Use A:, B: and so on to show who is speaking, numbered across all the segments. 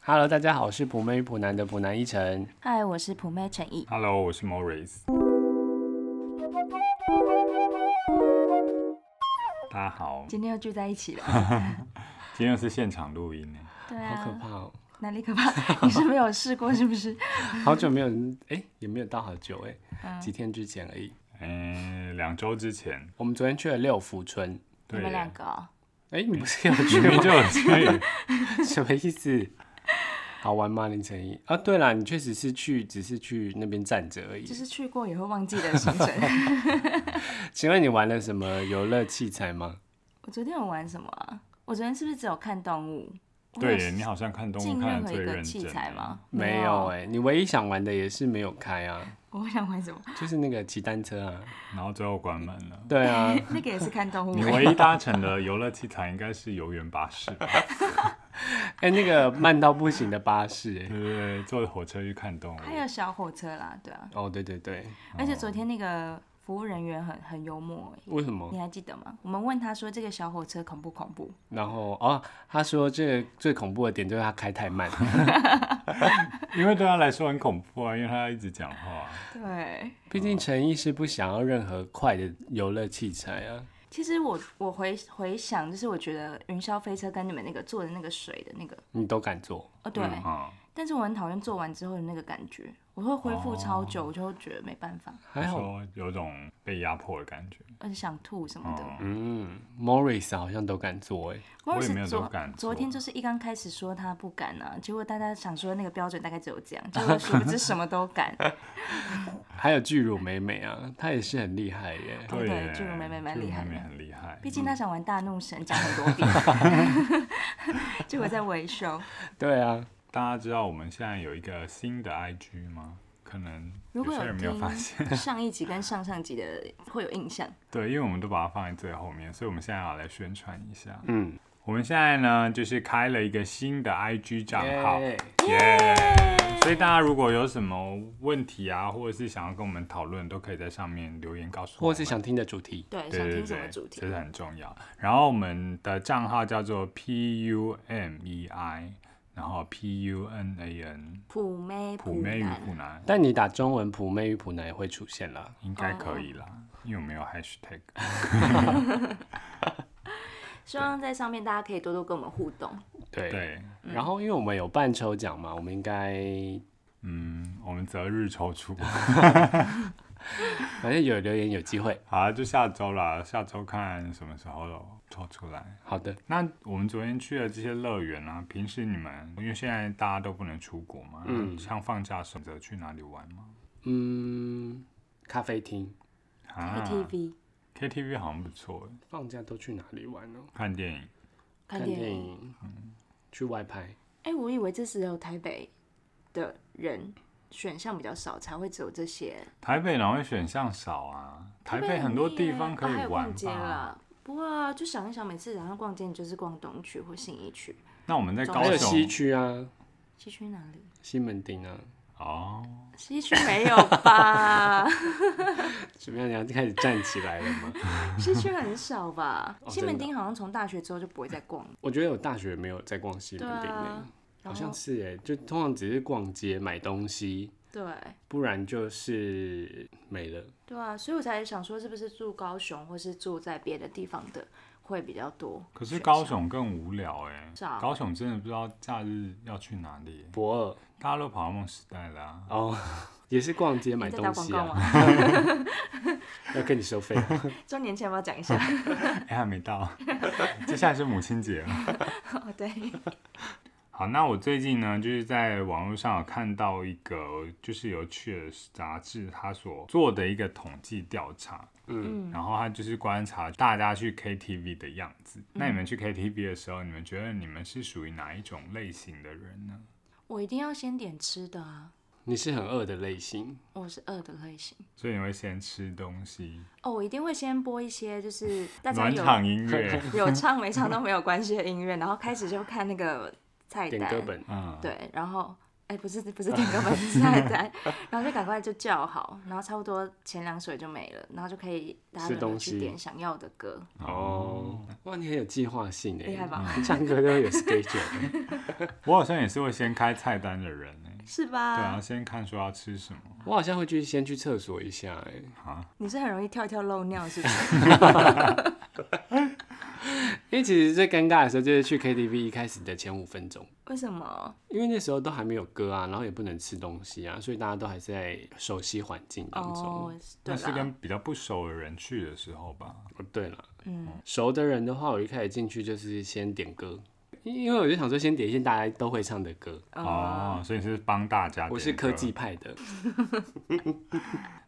A: Hello，大家好，我是普妹与普男的普男一晨。
B: 嗨，我是普妹陈毅。
C: Hello，我是 Morris。大家好，
B: 今天又聚在一起了，
C: 今天又是现场录音呢。
B: 对
A: 好可
B: 啊，
A: 怕哦，
B: 哪里可怕？你是没有试过是不是？
A: 好久没有，哎、也没有到好久哎、
B: 嗯
A: 几天之前而已。
C: 嗯、两周之前，
A: 我们昨天去了六福村，
B: 你
C: 对
B: 们
C: 耶，
B: 两个哦、
A: 哎、你不是有
C: 明
A: 去
C: 明
A: 吗？
C: 就有去。
A: 什么意 思？好玩吗，林晨一？啊，对啦，你确实是去，只是去那边站着而已
B: 就。是去过也会忘记的行程。
A: 请问你玩了什么游乐器材吗？
B: 我昨天有玩什么啊？我昨天是不是只有看动物？ 我有
C: 对耶，你好像看动物
B: 进
C: 看
B: 任
C: 的
B: 何
C: 最
B: 一个
C: 认
B: 器
C: 真。
B: 材吗？
A: 没有哎、你唯一想玩的也是没有开啊，
B: 我想玩什么？
A: 就是那个骑单车啊。
C: 然后最后关门了。
A: 对啊，
B: 那个也是看动物
C: 你
B: 欸。
C: 唯一搭乘的游乐器材应该是游园巴士 吧？
A: 哎、那个慢到不行的巴士哎、
C: 对对对，坐火车去看动物。
B: 还有小火车啦，对啊。
A: 哦，对对对，
B: 而且昨天那个服务人员很很幽默欸、
A: 为什么
B: 你？还记得吗？我们问他说这个小火车恐不恐怖？
A: 然后哦，他说这个最恐怖的点就是他开太慢，
C: 因为对他来说很恐怖啊，因为他一直讲话。
B: 对，
A: 毕竟陈毅是不想要任何快的游乐器材啊。
B: 其实我我回回想，就是我觉得云霄飞车跟你们那个坐的那个水的那个，
A: 你都敢做，
B: 哦对，
C: 嗯，
B: 但是我很讨厌做完之后的那个感觉，我会恢复超
C: 哦
B: 久，我就会觉得没办法，
C: 他
A: 还好，
C: 说有种被压迫的感觉。
B: 而且想吐什么的。
C: 嗯
A: 嗯，Morris 好像都敢做哎、
C: 我也
B: Morris
C: 没有这么
B: 昨
C: 敢做
B: 昨天就是一刚开始说他不敢啊，结果大家想说那个标准大概只有这样，结果殊不知什么都 敢。
A: 还有巨乳美美啊，她也是很厉害 耶。
B: 对
C: 耶
B: 巨乳妹妹蛮厉害的
C: 巨乳妹妹很厉害。
B: 毕竟他想玩大怒神，讲很 多遍， 结果在维修。
A: 对啊，
C: 大家知道我们现在有一个新的 IG 吗？可能
B: 如
C: 有
B: 果
C: 些人没有发现，
B: 听上一集跟上上集的会有印象，
C: 对，因为我们都把它放在最后面，所以我们现在要来宣传一下。
A: 嗯，
C: 我们现在呢，就是开了一个新的 IG 账号，耶
A: 耶
C: 所以大家如果有什么问题啊，或者是想要跟我们讨论，都可以在上面留言告诉我
A: 或
C: 们。
A: 是想听的主题，
B: 对，
C: 对
B: 想
C: 对
B: 听什么
C: 对，
B: 主题
C: 这？是很重要。然后我们的账号叫做 P U M E I，然后 P U N A N，
B: 普妹
C: 普妹与
B: 男
C: 普男
A: 但你打中文普妹与普男也会出现啦。
C: 应该
A: 哦
C: 可以啦，因为我没有 hashtag。
B: 希望在上面大家可以多多跟我们互动。
A: 对，
C: 对，
A: 然后因为我们有办抽奖嘛，我们应该
C: 嗯，我们择日抽出，
A: 反正有留言有机会。
C: 好啊，就下周啦，下周看什么时候抽出来。
A: 好的，
C: 那我们昨天去的这些乐园啊，平时你们因为现在大家都不能出国嘛，
A: 嗯
C: 像放假选择去哪里玩吗？
A: 嗯，咖啡厅
C: 啊
B: KTV、
C: KTV 好像不错耶，欸
A: 放假都去哪里玩呢、
C: 看电影。
B: 看
A: 电
B: 电影。
A: 嗯去外拍。
B: 哎、我以为这只有台北的人选项比较少，才会只有这些。
C: 台北哪会选项少啊？台北很多地方可
B: 啊还
C: 以
B: 有
C: 玩
B: 逛街
C: 吧？
B: 啦。不过啊，就想一想，每次早上逛街，你就是逛东区或信义区，
C: 那我们在
B: 总
C: 高
A: 还有
C: 雄
A: 西区啊，
B: 西区哪里？
A: 西门町啊，
C: 哦，
B: 西区没有 吧？
A: 怎么样？你要开始站起来了吗？
B: 西区很少吧？
A: 哦
B: 西
A: 真
B: 门
A: 的
B: 町好像从大学之后就不会再逛了。
A: 我觉得有大学没有在逛西门町
B: 对
A: 呢、
B: 啊
A: 好
B: 然
A: 像
B: 后
A: 是哎、就通常只是逛街买东西，
B: 对
A: 不然就是没了。
B: 对啊，所以我才想说，是不是住高雄或是住在别的地方的会比较多？
C: 可是高雄更无聊哎、
B: 是啊
C: 高雄真的不知道假日要去哪里欸耶，
A: 博二
C: 大家都跑到梦时代啊啦、
A: 哦， 也是逛街买
B: 哎你在打
A: 东
B: 广
A: 西
B: 告
A: 啊，
B: 吗？
A: 要跟你收费。
B: 周年前要不要讲一下？
C: 哎、还没到， 接下来是母亲节了。
B: 哦，对，
C: 好，那我最近呢，就是在网络上有看到一个，就是有趣的杂志，它所做的一个统计调查，
B: 嗯，
C: 然后它就是观察大家去 KTV 的样
B: 嗯
C: 子。那你们去 KTV 的时候，你们觉得你们是属于哪一种类型的人呢？
B: 我一定要先点吃的啊，
A: 你是很饿的类 型，
B: 我是饿的类型。
C: 所以你会先吃东西，
B: 哦，我一定会先播一些就是大家
C: 暖
B: 有
C: 场音乐，
B: 有唱没唱都没有关系的音乐，然后开始就看那个菜
A: 点歌
B: 单，
A: 本
C: 嗯，
B: 对，然后哎，不是不是点歌本是下载， 然后就赶快就叫好，然后差不多前两水就没了，然后就可以大
A: 吃
B: 家轮流
A: 东西
B: 去点想要的歌。
A: 哦，哇，你很有计划性哎，
B: 厉害吧
A: 你唱歌都有 schedule 欸。
C: 我好像也是会先开菜单的人呢、
B: 是
C: 对
B: 吧
C: 啊，？先看说要吃什么
A: 我好像会去先去厕所一下哎，
C: 啊。
B: 你是很容易跳一跳漏尿，是不是？
A: 因为其实最尴尬的时候就是去 KTV 一开始的前五分钟，
B: 为什么？
A: 因为那时候都还没有歌啊，然后也不能吃东西啊，所以大家都还是在熟悉环境当中。
B: 哦，对
C: 那是跟
B: 啦，
C: 比较不熟的人去的时候吧。
A: 哦，对了，
B: 嗯，
A: 熟的人的话，我一开始进去就是先点歌，因因为我就想说先点一些大家都会唱的歌。
C: 哦，所以是帮大家。
A: 我是科技，派的，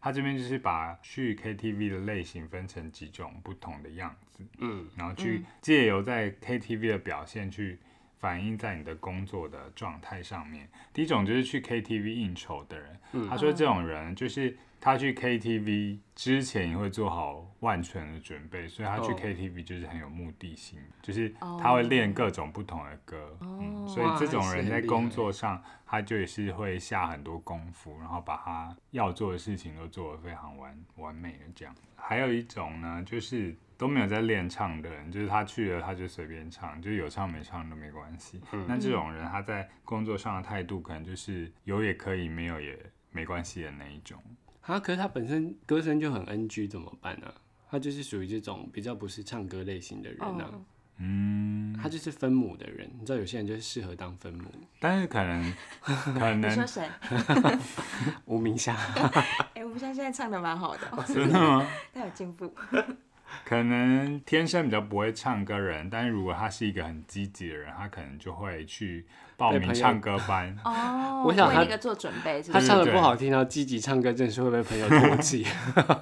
C: 他这边就是把去 KTV 的类型分成几种不同的样子，
A: 嗯，
C: 然后去借由在 KTV 的表现去反映在你的工作的状态上面。第一种就是去 KTV 应酬的人，
A: 嗯
C: 他说这种人就是他去 KTV 之前也会做好万全的准备，所以他去
A: 哦
C: KTV 就是很有目的性，就是
B: 哦
C: 他会练各种不同的歌，嗯，所以
A: 哇
C: 这种
A: 那也
C: 人在
A: 是很厉害
C: 工作上他就也是会下很多功夫，然后把他要做的事情都做得非常完完美的这样。还有一种呢，就是都没有在练唱的人，就是他去了他就随便唱，就是有唱没唱都没关系。
A: 嗯
C: 那这种人他在工作上的态度可能就是有也可以，没有也没关系的那一种。
A: 啊，可是他本身歌声就很 NG，怎么办呢、啊他就是属于这种比较不是唱歌类型的人啊，
B: 嗯
C: 嗯，
A: 他就是分母的人。你知道有些人就是适合当分母，
C: 但是 可能可
B: 你说
C: 能
B: 谁？
A: 无名下，
B: 哎，我们现在现在唱的蛮好 的，
C: 真的吗？
B: 他有 进步。
C: 可能天生比较不会唱歌的人，但是如果他是一个很积极的人，他可能就会去报
A: 被
C: 名
A: 朋友
C: 唱歌班。
B: 哦，
A: 我想
B: 为
A: 他
B: 那个做准备，是
A: 他
B: 不是？
A: 唱的不好听，然后积极唱歌，真的是会被朋友唾弃，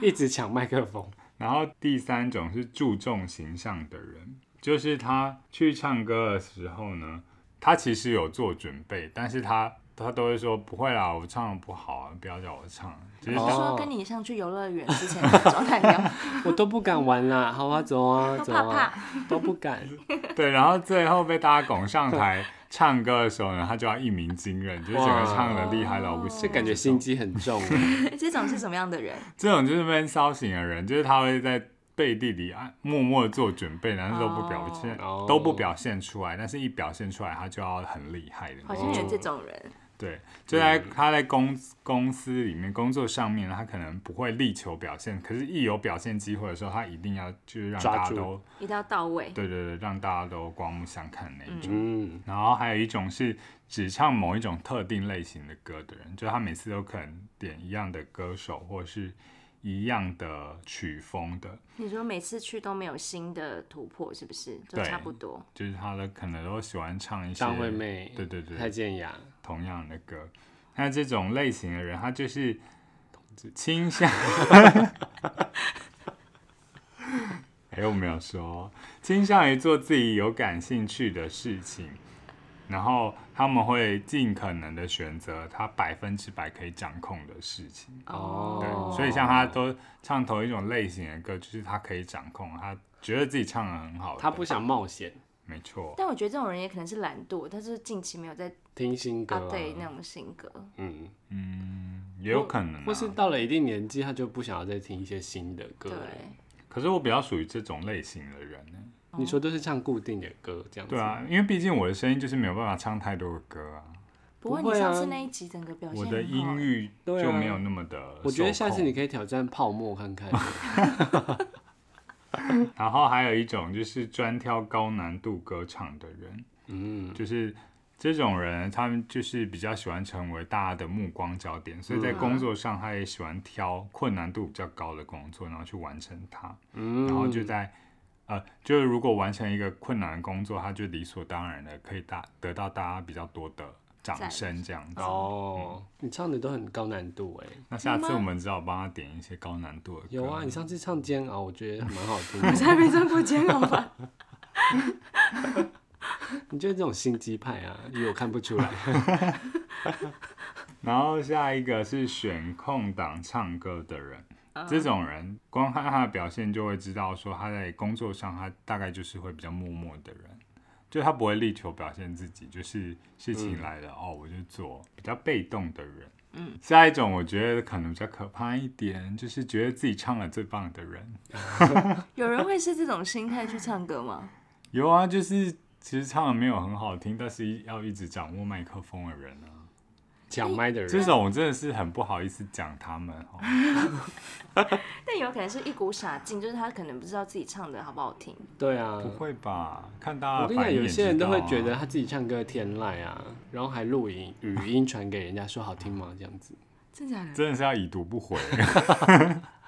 A: 一直抢麦克风。
C: 然后第三种是注重形象的人，就是他去唱歌的时候呢，他其实有做准备，但是他他都会说不会啦，我唱的不好啊，不要叫我唱。就是
B: 你
A: 哦
B: 是说跟你上去游乐园之前的状态一 样，
A: 我都不敢玩啦，好啊，走啊，
B: 都
A: 走
B: 怕
A: 啊，
B: 怕。 哦
A: 都不敢。
C: 对，然后最后被大家拱上台唱歌的时候呢，他就要一鸣惊人，就是整个唱的厉害到不行。
A: 这感觉心机很重欸，
B: 这种是什么样的人？
C: 这种就是闷骚型的人，就是他会在背地里暗默默做准备，然后都不表现
A: 哦
C: 都不表现出来，但是一表现出来，他就要很厉害的
B: 好
C: 那
B: 像
C: 种。
B: 有这种人，
C: 对，就在他在公公司里面工作上面，他可能不会力求表现，可是，一有表现机会的时候，他一定要就是让
A: 抓
C: 大家
A: 住
C: 都
B: 一定要到位。
C: 对对对，让大家都刮目相看那一种。
A: 嗯，
C: 然后还有一种是只唱某一种特定类型的歌的人，就他每次都可能点一样的歌手或是一样的曲风的，
B: 你说每次去都没有新的突破，是不是？就
C: 对
B: 差不多。
C: 就是他的可能都喜欢唱一些
A: 张惠妹，
C: 对对对
A: 蔡健雅，
C: 同样的歌。那这种类型的人，他就是倾向。哎，我没有说，倾向于做自己有感兴趣的事情，然后他们会尽可能的选择他百分之百可以掌控的事情。对，
A: 哦
C: 所以像他都唱同一种类型的歌，就是他可以掌控，他觉得自己唱的很好的。
A: 她不想冒险，
C: 没错，
B: 但我觉得这种人也可能是懒惰，他就是近期没有在
A: 听新歌、啊
B: update 那种新歌。
A: 嗯，
C: 嗯，也有可能、啊。
A: 或是到了一定年纪，她就不想要再听一些新的歌
B: 对，
A: 了。
C: 可是我比较属于这种类型的人呢、
A: 你说都是唱固定的歌这样子，
C: 对啊，因为毕竟我的声音就是没有办法唱太多的歌啊，
B: 不过
A: 不
B: 你
A: 会啊
B: 上次那一集整个表现
C: 我的
B: 很好欸
C: 音域
A: 对啊
C: 就没有那么的、
A: 我觉得下次你，可以挑战泡沫看 看。
C: 然后还有一种就是专挑高难度歌唱的人，
A: 嗯，
C: 就是这种人，他们就是比较喜欢成为大家的目光焦点，所以在工作上他也喜欢挑困难度比较高的工作，然后去完成它，
A: 嗯
C: 然后就在。呃，就是如果完成一个困难的工作，他就理所当然的可以大得到大家比较多的掌
B: 赞
C: 声这样子。
A: 哦，你唱的都很高难度哎、
C: 那下
B: 有
C: 次
B: 吗
C: 我们只好帮他点一些高难度的歌。
A: 有啊，你上次唱《煎熬》，我觉得蛮好听
B: 我
A: 的。
B: 才没这么煎熬吧？
A: 你就是这种心机派 啊，因为我看不出来。
C: 然后下一个是选空档唱歌的人，
A: 啊
C: 这种人光看他的表现就会知道，说他在工作上他大概就是会比较默默的人。就他不会力求表现自己，就是事情来
A: 嗯
C: 了、哦，我就做，比较被动的人。嗯，下一种我觉得可能比较可怕一点，就是觉得自己唱了最棒的人。
B: 有人会是这种心态去唱歌吗？
C: 有啊，就是其实唱的没有很好听，但是一要一直掌握麦克风的人啊，
A: 讲麦的人，
C: 这种我真的是很不好意思讲他们哦。
A: 嗯
B: 但有可能是一股傻劲，就是他可能不知道自己唱的好不好听。
A: 对啊，
C: 不会吧？看大家
A: 我
C: 的
A: 跟你讲，
C: 反应
A: 有
C: 也
A: 些
C: 知
A: 人都
C: 道
A: 会
C: 啊
A: 觉得他自己唱歌天籁啊，然后还录影语音传给人家说好听吗？这样子，
B: 真假的？
C: 真的是要已读 不回。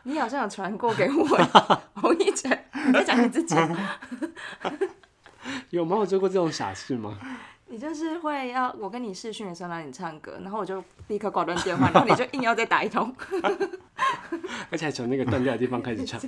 B: 你好像有传过给 我，侯一晨，你在讲你自己，
A: 有吗？我做过这种傻事 吗？
B: 你就是会要我跟你视讯的时候让你唱歌，然后我就立刻挂断电话，然后你就硬要再打一 通。
A: 而且还从那个断掉的地方开 始唱，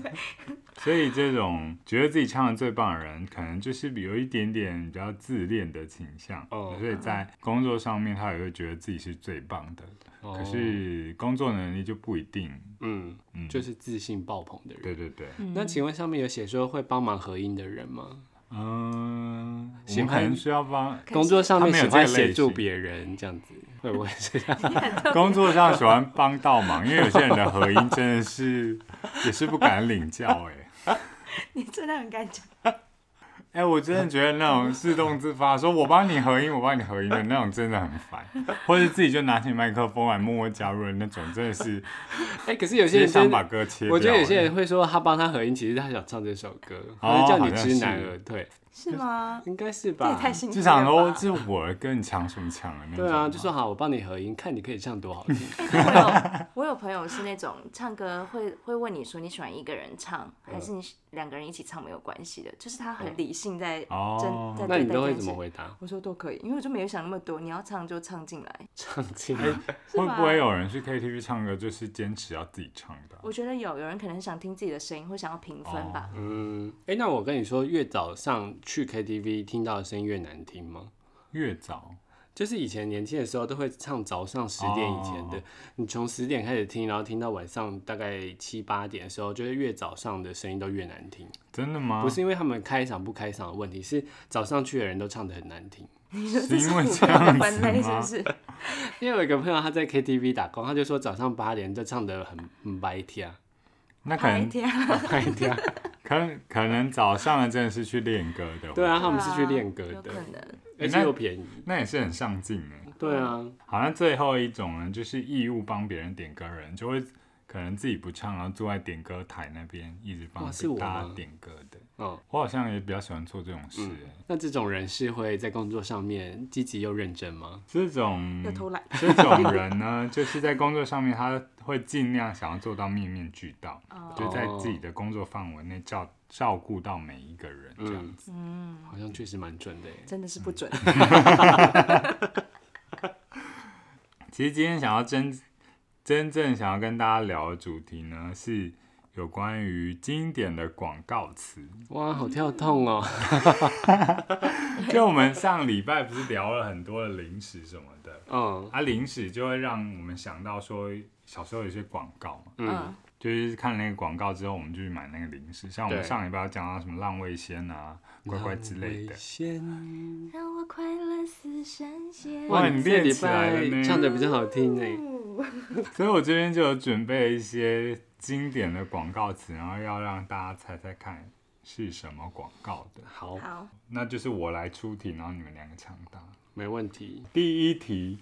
C: 所以这种觉得自己唱的最棒的人，可能就是有一点点比较自恋的倾向，
A: 哦
C: 所以在工作上面他也会觉得自己是最棒的，
A: 可
C: 可是工作能力就不一定。
A: 哦嗯，
C: 嗯，
A: 就是自信爆棚的人。
C: 对对对，
B: 嗯
A: 那请问上面有写说会帮忙合音的人吗？
C: 嗯，我
A: 喜
C: 们可
A: 欢
C: 能需要帮
B: 可是
A: 工作上面
C: 他们有
A: 喜欢
C: 这个类
A: 协助
C: 型
A: 别人这样子，会不会是这样？
C: 工作上喜欢帮倒忙，因为有些人的合音真的是也是不敢领教哎、
B: 你真的很敢讲，
C: 哎、我真的觉得那种自动自发，说我帮你合音，我帮你合音的那种真的很烦，或者自己就拿起麦克风来默默加入的那种，真的是
A: 哎、可是有些
C: 直接
A: 人真
C: 想
A: 的
C: 把歌切掉、
A: 我觉得有些人会说他帮他合音，其实他想唱这首歌，他
C: 哦
A: 是叫你
C: 好像
A: 知难
C: 是
A: 而退，
B: 是 吗？
A: 应该是
B: 这也
A: 吧？
B: 太心
C: 就
B: 机
C: 想
B: 了
C: 说
B: 吧！
C: 这啊我跟你抢什么抢啊？那种
A: 对啊，就说好，我帮你合音，看你可以唱多好 听。
B: 我 有我有朋友是那种唱歌会会问你说你喜欢一个人唱，
A: 嗯
B: 还是你两个人一起唱没有关系的，就是他很理性在
C: 哦
B: 真
A: 那
B: 在对
A: 你
B: 待
A: 都
B: 这
A: 会
B: 件
A: 怎
B: 事
A: 么。回 答？
B: 我说都可以，因为我就没有想那么多，你要唱就唱进来，
A: 唱进
B: 是
C: 会
B: 吧？
C: 不会有人去 KTV 唱歌，就是坚持要自己唱
A: 哦
C: 的啊？
B: 我觉得有，有人可能想听自己的声音，或想要评分吧。
A: 嗯，哎、那我跟你说，越早上去 KTV 听到的声音越难听吗？
C: 越早
A: 就是以前年轻的时候都会唱早上十点以前的，
C: 哦
A: 你从十点开始听，然后听到晚上大概七八点的时候，就是越早上的声音都越难听。
C: 真的
B: 哦
C: 吗？
A: 不是因为他们开场不开场的问题，是早上去的人都唱的很难 听。
B: 你说
C: 是
B: 这
C: 因
B: 是
C: 为
B: 我
C: 这
B: 们
C: 样
B: 的分
C: 子
B: 类是
C: 吗
B: 不是？
A: 因为我有一个朋友他在 KTV 打工，他就说早上八点都唱的很很白天，啊
C: 那可
B: 白
C: 能
B: 天啊
A: 白天。
C: 可能可能早上的真的是去练歌的，
A: 对啊，他们是去
B: 啊
A: 练歌
B: 有
A: 的
B: 可，能。
A: 而且又便宜。
C: 那也是很上进哎。
A: 对啊，
C: 好像最后一种呢，就是义务帮别人点歌人，就会可能自己不唱，然后坐在点歌台那边一直帮
A: 哇是我
C: 大
A: 吗
C: 家点歌的。
A: 哦，嗯
C: 我好像也比较喜欢做这种事、欸，
A: 那这种人是会在工作上面积极又认真吗？
C: 这
A: 嗯
C: 种
B: 又偷懒，
C: 这种人呢，就是在工作上面，他会尽量想要做到面面俱到，就在自己的工作范围内照照顾到每一个人这样子。
B: 嗯，
A: 好像确实蛮准的耶。
B: 真的是
A: 嗯
B: 不准。
C: 其实今天想要真真正想要跟大家聊的主题呢，是有关于经典的广告词。
A: 哇，好跳痛哦！
C: 就我们上礼拜不是聊了很多的零食什么的，
A: 嗯
C: 啊，零食就会让我们想到说小时候有一些广告嘛，
A: 嗯，
B: 嗯，
C: 就是看那个广告之后，我们就去买那个零食。像我们
A: 对
C: 上礼拜有讲到什么浪味仙啊、乖乖之类的
A: 危。险
B: 让我快乐似神仙。
A: 嗯哇，
C: 哇
A: 你
C: 你
A: 这
C: 练
A: 礼
C: 起来了
A: 拜
C: 呢
A: 唱的比较好听呢。
C: 所以我这边就有准备一些经典的广告词，然后要让大家猜猜看是什么广告的。
A: 好，
B: 好，
C: 那就是我来出题，然后你们两个抢答。
A: 没问题。
C: 第一题，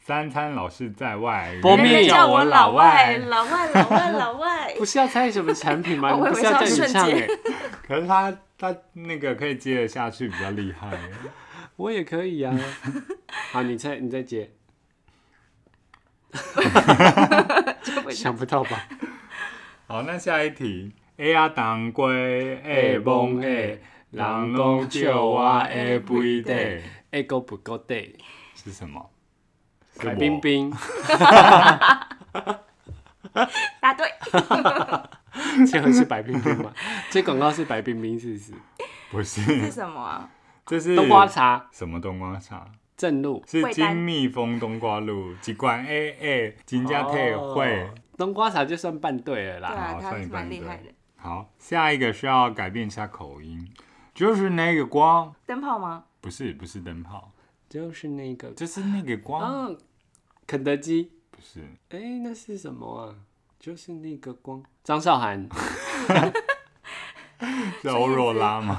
C: 三餐老是在外，
A: 伯
C: 人
A: 蜜
C: 人
A: 叫
C: 叫
B: 我
C: 老
B: 外，。老外，老外，老 外。
A: 不是要猜什么产品吗？
B: 哦
A: 你
B: 我以
A: 不
B: 为
A: 是要叫
B: 是要
A: 你唱
B: 瞬
A: 哎
B: 间，
C: 可是他他那个可以接得下去，比较厉害。
A: 我也可以啊。好，你猜，你再接，
B: 就不
A: 想不到吧？
C: 好，那下一题。哎呀，当归哎崩哎，人拢笑我哎不对，
A: 哎，够不够对？
C: 是什么？是
A: 白
C: 我
A: 冰。冰，
B: 答对，
A: 结合是白冰冰 吗？这广告是白冰冰，是不是？
C: 不
B: 是
C: 是，
B: 什么啊？
C: 这是
A: 冬瓜茶
C: 什么冬瓜茶？
A: 正路，
C: 是
B: 惠
C: 金
B: 丹
C: 蜜蜂冬瓜露，一罐 A A 金加退会
A: 哦。冬瓜茶就算半对了
B: 对
A: 啦。
B: 啊
C: 好，
B: 他
C: 算你
B: 蛮
C: 半
B: 厉
C: 对
B: 害的。
C: 好，下一个是要改变一下口音，就是那个光，
B: 灯泡吗？
C: 不是不是灯泡，
A: 就是那个
C: 就是那个光，
A: 啊，肯德基，
C: 不是
A: 哎、那是什么啊？就是那个光，张韶 涵，
C: 是欧若拉吗？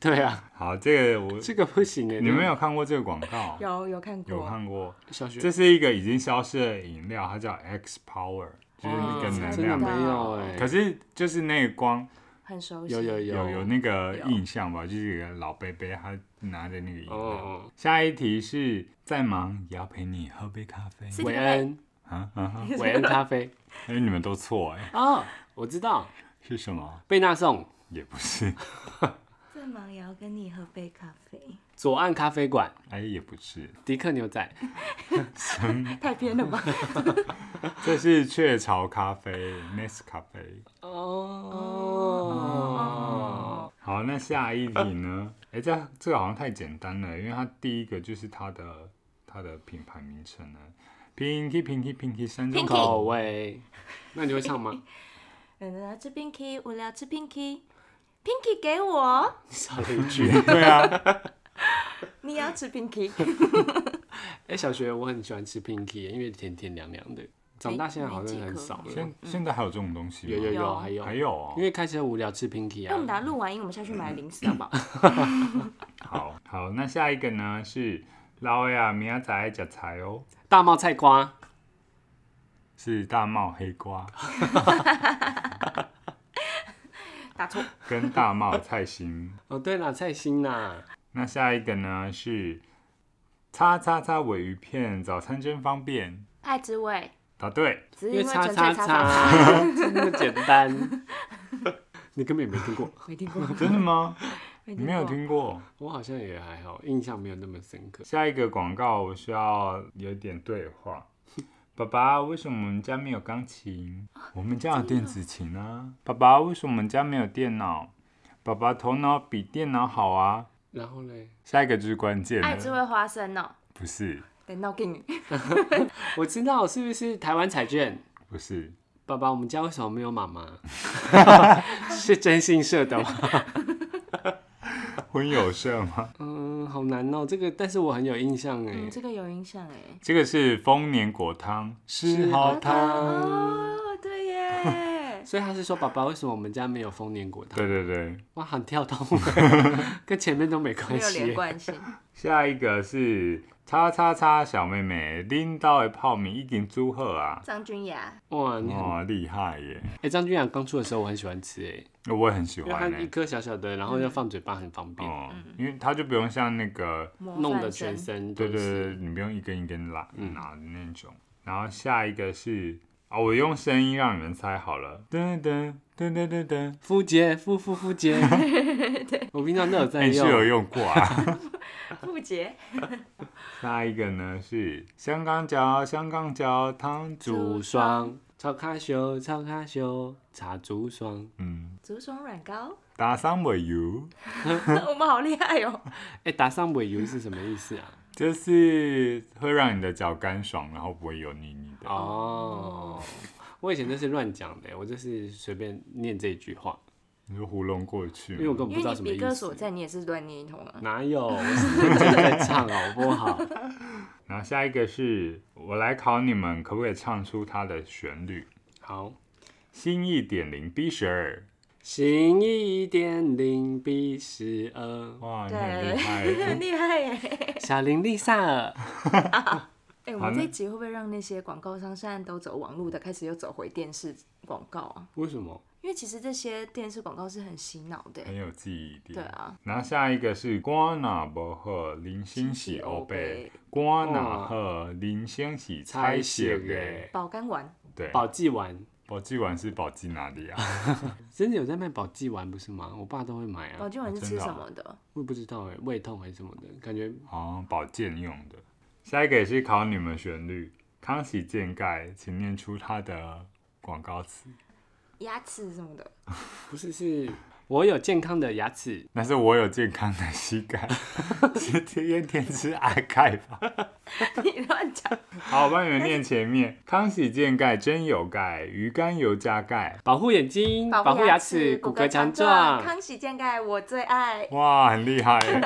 A: 对啊，
C: 好，这个我
A: 这个不行哎，
C: 你们有看过这个广告？
B: 有有看
C: 有看过，
A: 小学
C: 这是一个已经消失的饮料，它叫 X Power，就是那个能
A: 哦真的
C: 量
A: 没
C: 的。
A: 有哎、
C: 可是就是那个光
B: 很熟悉。
A: 有有有
C: 有有那个
B: 有
C: 印象吧，就是一个老伯伯他拿着那个饮料。
A: 哦，
C: 下一题是在忙也要陪你喝杯咖啡
B: 是
A: 韦恩，
C: 啊啊！啊
A: 韦恩咖啡
C: 哎，你们都错哎，
A: 哦，我知道，
C: 是什么？
A: 贝纳颂
C: 也不是，
B: 在忙也要跟你喝杯咖啡，
A: 左岸咖啡馆，
C: 哎，也不是，
A: 迪克牛仔，
B: 太偏了吧？
C: 这是雀巢咖啡 Nes 咖啡。
A: 哦，
C: 好，那下一题呢？哎，这这个好像太简单了，因为它第一个就是它的它的品牌名称呢，Pinky Pinky Pinky 山中
B: Pinky
A: 口味，那你会唱 吗？
B: 嗯，来吃 Pinky，无聊吃 Pinky，Pinky 给我，
A: 少了一句。
C: 对啊，
B: 你也要吃 Pinky。
A: 哎、小学我很喜欢吃 Pinky，耶因为甜甜凉凉的。长大现在好像很少了。
C: 现现在还有这种东西吗？
A: 嗯有有啊有，还
B: 有
A: 有
C: 还有哦
A: 因。为开车无聊吃 Pinky
B: 那我们
A: 啊。
B: 等下录完音，我们下去买零食好不好？
C: 好好，那下一个呢是老呀，明仔载食菜哦，
A: 大冒菜瓜，
C: 是大帽黑瓜
B: 打错，
C: 跟大帽菜心。
A: 哦对了，菜心呐，
C: 那下一个呢是叉叉叉尾鱼片，早餐真方便。
B: 爱滋味，
C: 答对，
B: 只
A: 因
B: 是因为
A: 叉
B: 纯粹
A: 叉
B: 叉
A: 叉， 这么简单。你根本也没听过，
B: 没听过，
C: 真的吗？
B: 没
C: 你没有听过。
A: 我好像也还好，印象没有那么深刻。
C: 下一个广告我需要有点对话。 爸爸，为什么我们家没有钢琴？我们家有电子琴啊。爸爸，为什么我们家没有电脑？爸爸头脑比电脑好啊。
A: 然后嘞，
C: 下一个就是关键
B: 爱滋
C: 了，
B: 味花生哦，
C: 不是
B: 等到给你。
A: 我知道是不是台湾彩券？
C: 不是，
A: 爸爸，我们家为什么没有妈妈？ 是真心社的吗？
C: 婚友社吗？
A: 嗯，好难哦，这个，但是我很有印象哎。。
B: 嗯，这个有影响哎。
C: 这个是丰年果汤，是好汤。
B: 哦，对耶
A: 所以他是说，爸爸，为什么我们家没有丰年果汤？
C: 对对对，
A: 哇，很跳 动，跟前面都没
B: 没
A: 关
B: 有
A: 系
B: 连
A: 耶。
B: 贯性，
C: 下一个是叉叉叉小妹妹拎到的泡面已经煮好啊，
B: 张君雅
A: 哇，你很
C: 哇，厉害耶！
A: 哎，张、君雅刚出的时候我很喜欢吃哎，
C: 我也很喜
A: 因为它
C: 欢欸
A: 一
C: 呢。
A: 颗小小的，然
B: 嗯
A: 后要放嘴巴很方便，
C: 哦，因为它就不用像那个，
B: 模
A: 弄得
B: 范
A: 全
B: 生，
A: 身都
C: 对
A: 是。
C: 对对，你不用一根一根拉
A: 嗯
C: 拿的那种。然后下一个是啊，我用声音让你们猜好了，噔噔噔噔噔噔，
A: 肤洁，肤肤肤 洁。 我平常都有在
C: 哎你是
A: 用。
C: 有用过啊？
B: 傅杰，
C: 下一个呢是香港脚，香港脚汤
A: 竹
C: 煮，
A: 霜，超卡修，超卡修，茶竹霜。
C: 嗯，
B: 竹笋软膏，
C: 打上尾油，
B: 我们好厉害哦。
A: 哎、打上尾油是什么意思啊？
C: 就是会让你的脚干爽，然后不会油腻腻的。
A: 哦，我以前都是乱讲的，我就是随便念这句话，
C: 你就糊弄过去
A: 因为我
C: 嘛，
A: 根本不
B: 因为
A: 知道什
B: 你
A: 么
B: 比
A: 意
B: 哥
A: 思
B: 所。在，你也是乱念一通啊。
A: 哪有？ 我是认真在唱，好不好？
C: 然后下一个是我来考你们，可不可以唱出它的旋律？
A: 好，
C: 新一点零 B 十二，
A: 行一点零比十二，
C: 哇，你很
B: 对
C: 厉，
A: 嗯
B: 很
C: 害。
B: 厉害耶！
A: 小林丽萨尔。
B: 哎，我
C: 好
B: 们
C: 那
B: 这一集会不会让那些广告商现在都走网络的，开始又走回电视广告啊？
A: 为什么？
B: 因为其实这些电视广告是很洗脑的
A: 哎
C: 很
B: 耶。
C: 有记忆力。
B: 对啊，
C: 然后下一个是光那不好，人生是欧贝；光那好，人生是彩色的。
B: 保肝丸，
C: 对，
A: 保济丸
C: 宝记丸是宝记哪里啊？
A: 真的有在卖保济丸不是吗？我爸都会买
B: 保
A: 啊，
B: 健丸是
C: 真
B: 吃
C: 的啊
B: 什么的？
A: 我也不知道哎，胃痛还是什么的，感觉
C: 哦，保健用的。下一个也是考你们旋律，康熙健盖，请念出它的广告词。
B: 牙齿什么的，
A: 不是是。我有健康的牙齿，
C: 但是我有健康的膝盖， 吃天天吃阿钙吧。
B: 你乱讲。
C: 好，我帮你们念前面：康熙健钙真有钙，鱼肝油加钙。
A: 保护眼睛，保护牙齿，骨骼强壮。
B: 康熙健钙我最爱。
C: 哇，很厉害耶！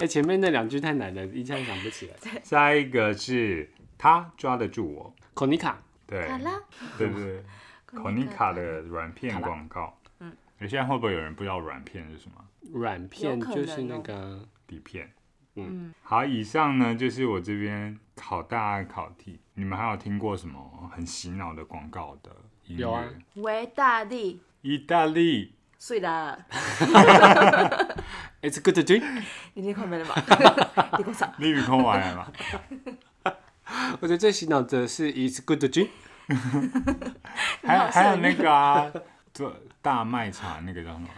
A: 哎、前面那两句太难了，一下想不起来。
C: 下一个是他抓得住我，
A: 口尼卡，
C: 对，
B: 卡拉，
C: 对对对，口尼卡的软片广告。嗯，你现在会不会有人不知道软片是什么？
A: 软片
B: 有可
A: 就是
B: 能
A: 那
B: 哦
A: 个
C: 底片。
A: 嗯
C: 嗯，好，以上呢就是我这边考大家的考题。你们还有听过什么很洗脑的广告的音乐？
A: 有啊
B: 维大利，
C: 意大利，
B: 碎啦，
A: It's good to do。
B: 你你快没了嘛？ 你给我上，
C: 你与空玩了吗？
A: 我觉得最洗脑的是 It's good to do。
C: 还有还有那个啊，做大卖场那个叫什么？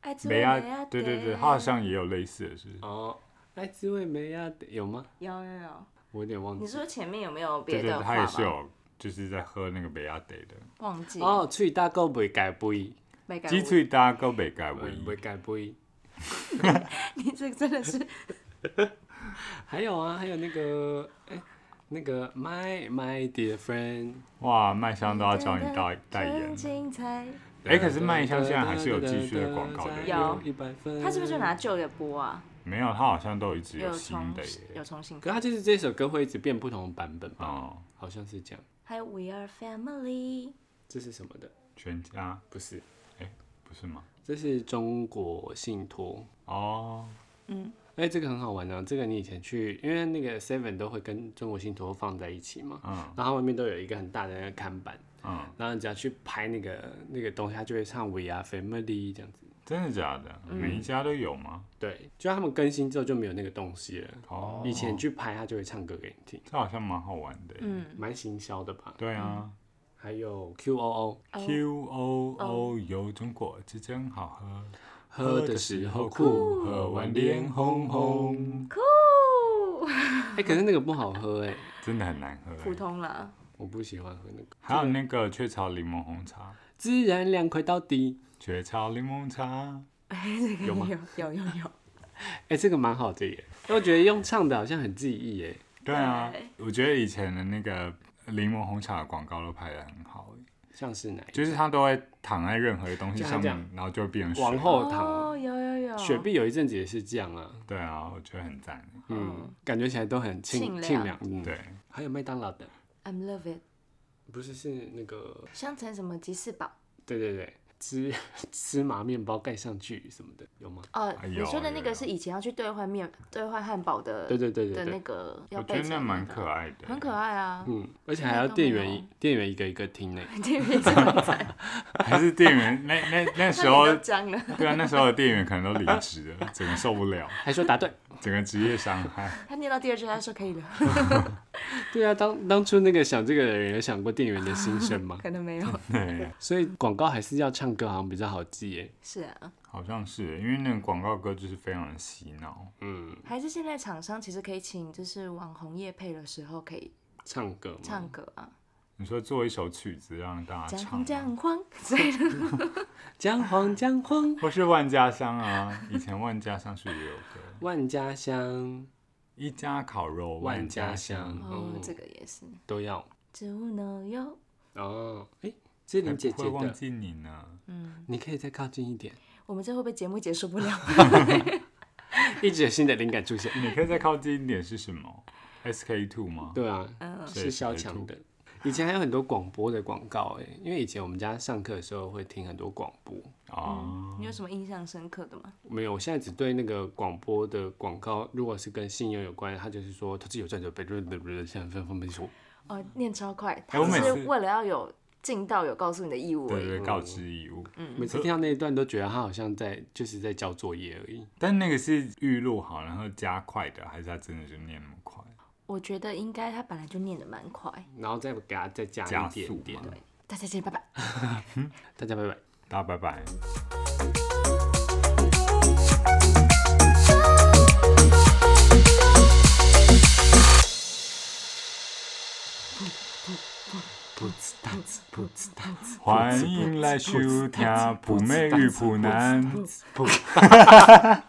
B: 爱之
C: 梅
B: 味
C: 亚
B: 梅亚，
C: 啊对对对，
B: 得
C: 它好像也有类似的是不是。
A: 哦，爱滋味美亚的有吗？
B: 有有有，
A: 我有点忘
B: 你
A: 记。
B: 说前面有没有
C: 对
B: 别
C: 对，
B: 的
C: 对
B: 话
C: 它也
B: 吗？
C: 是有，就是在喝那个北亚得的。
B: 忘记
A: 哦，喙大够袂改杯，
B: 没改
C: 鸡
B: 过
C: 腿搭够北盖唯一。
A: 袂改杯。
B: 你这个真的是
A: 还有啊，还有那个，哎、那个 My My Dear Friend，
C: 哇，麦香都要找你代代言
B: 真
C: 了。
B: 精彩。
C: 哎、可是麦香现在还是有继续的广告的，
B: 有
A: 一百分。
B: 他是不是就拿？旧的播啊？
C: 没有，他好像都一直
B: 有
C: 新
B: 重
C: 的
B: 有
C: 耶。
B: 重新播，
A: 可他就是这首歌会一直变不同的版本吧？
C: 哦，
A: 好像是这样。
B: 还有 We Are Family，
A: 这是什么的？
C: 全家
A: 不是，
C: 不是吗？
A: 这是中国信托。
C: 哦，
A: 哎、这个很好玩啊！这个你以前去，因为那个 Seven 都会跟中国信托放在一起嘛，
C: 嗯
A: 然后它外面都有一个很大的那个看板，
C: 嗯，
A: 然后你只要去拍那个那个东西，它就会唱 We Are Family 这样子。
C: 真的假的？
B: 嗯
C: 每一家都有吗？
A: 对，就他们更新之后就没有那个东西了。
C: 哦，
A: 以前去拍，他就会唱歌给你听，
C: 这好像蛮好玩的耶。
B: 嗯，
A: 蛮行销的吧？
C: 对啊、
A: 还有 QOO，
B: 哦
C: q O O 有种果汁真好喝，
A: 喝的时候酷，
C: 喝完脸红红，
B: 酷，
A: 哎、可是那个不好喝哎、
C: 真的很难喝
B: 普
C: 耶。
B: 通 啦，
A: 我不喜欢喝那个。
C: 还有那个雀巢柠檬红茶，
A: 自然凉快到底，
C: 雀巢柠檬茶。
B: 有吗？有有有，
A: 哎、这个蛮好的耶。但我觉得用唱的好像很记忆耶。
C: 对啊
B: 对，
C: 我觉得以前的那个柠檬红茶的广告都拍的很好耶，
A: 像是哪一
C: 就是它都会躺在任何东西上
A: 这
C: 面
A: 样，
C: 然后就会变水。
A: 往后躺
B: 哦，有有有，
A: 雪碧有一阵子也是这样啊，
C: 对啊，我觉得很赞耶。
A: 嗯，感觉起来都很清
B: 哦清
A: 清凉。
B: 凉
A: 嗯，。
C: 对，
A: 还有麦当劳的，
B: ，I'm love it，
A: 不是是那个，
B: 香橙什么吉士堡，
A: 对对对，芝 芝麻面包盖上去什么的，有吗？
B: 哦，
C: 哎
B: 你
C: 有
B: 说的
C: 有
B: 那个
C: 有
B: 是以前要去兑换面兑换汉堡的
A: 对对对对
B: 的
A: 对
B: 那。个要
C: 我
B: 备
C: 觉得
B: 餐
C: 那
B: 的
C: 蛮
B: 个
C: 可爱的，
B: 很可爱啊，
A: 嗯，而且
B: 现
A: 还
B: 在
A: 要
B: 都
A: 店
B: 没
A: 员
B: 有
A: 一店员一个一个听呢。
B: 店员 这 么
C: 还是店员那那那 时候
B: 都脏了，
C: 对啊，那时候的店员可能都离职了，整个受不了，
A: 还说答对。
C: 整个职业伤害。
B: 他念到第二句他就说可以了，
A: 对啊，当当初那个想这个的人有想过店员的心声吗？
B: 可能没有，
C: 对，
A: 所以广告还是要唱歌，好像比较好记耶。
B: 是啊，
C: 好像是因为那个广告歌就是非常的洗脑，
A: 嗯，
B: 还是现在厂商其实可以请，就是网红夜配的时候可以
A: 唱歌嘛。
B: 唱歌啊，
C: 你说做一首曲子让大家
B: 讲
C: 嗯啊唱哦
B: 红
C: 吗，
B: 讲黄之类的，
A: 姜黄姜黄，
C: 或是万家香啊，以前万家香是不是也有歌，
A: 万家香
C: 一家烤肉
A: 万
C: 家
A: 家香
B: 哦
A: 嗯，
B: 这个也是，
A: 都要。
B: 植物奶油，
A: 哦，哎，这是
C: 还
A: 林姐
C: 不
A: 姐
C: 会忘
A: 的，
C: 记你呢。
B: 嗯，
A: 你可以再靠近一点，
B: 我们这会不会节目结束不了？
A: 一直有新的灵感出现。
C: 你可以再靠近一点是什么？SK two 吗？
A: 对啊，是萧强的。以前还有很多广播的广告哎，因为以前我们家上课的时候会听很多广播。嗯
C: 啊，
B: 你有什么印象深刻的吗？
A: 没有，我现在只对那个广播的广告，如果是跟信用有关，他就是说投资有赚有赔，对不对？像分分分说，
B: 哦，念超快，他
C: 哎我
B: 只
C: 每
B: 是
C: 次
B: 为了要有尽到有告诉你的义务而
C: 对
B: 已。
C: 对，告知义务。
A: 每次听到那一段都觉得他好像在就是在交作业而已。
C: 但那个是预录好然后加快的，还是他真的就念那么快？
B: 我觉得应该他本来就念得蛮快。
A: 然后再给他再加
C: 加
A: 一
C: 速
A: 点
C: 嘛
A: 点。
B: 大家见，拜拜。
A: 大家拜拜。
C: 大家拜拜。
A: 噗呲哒呲噗呲哒呲
C: 欢迎来收听《普妹与普男》。
A: 噗呲。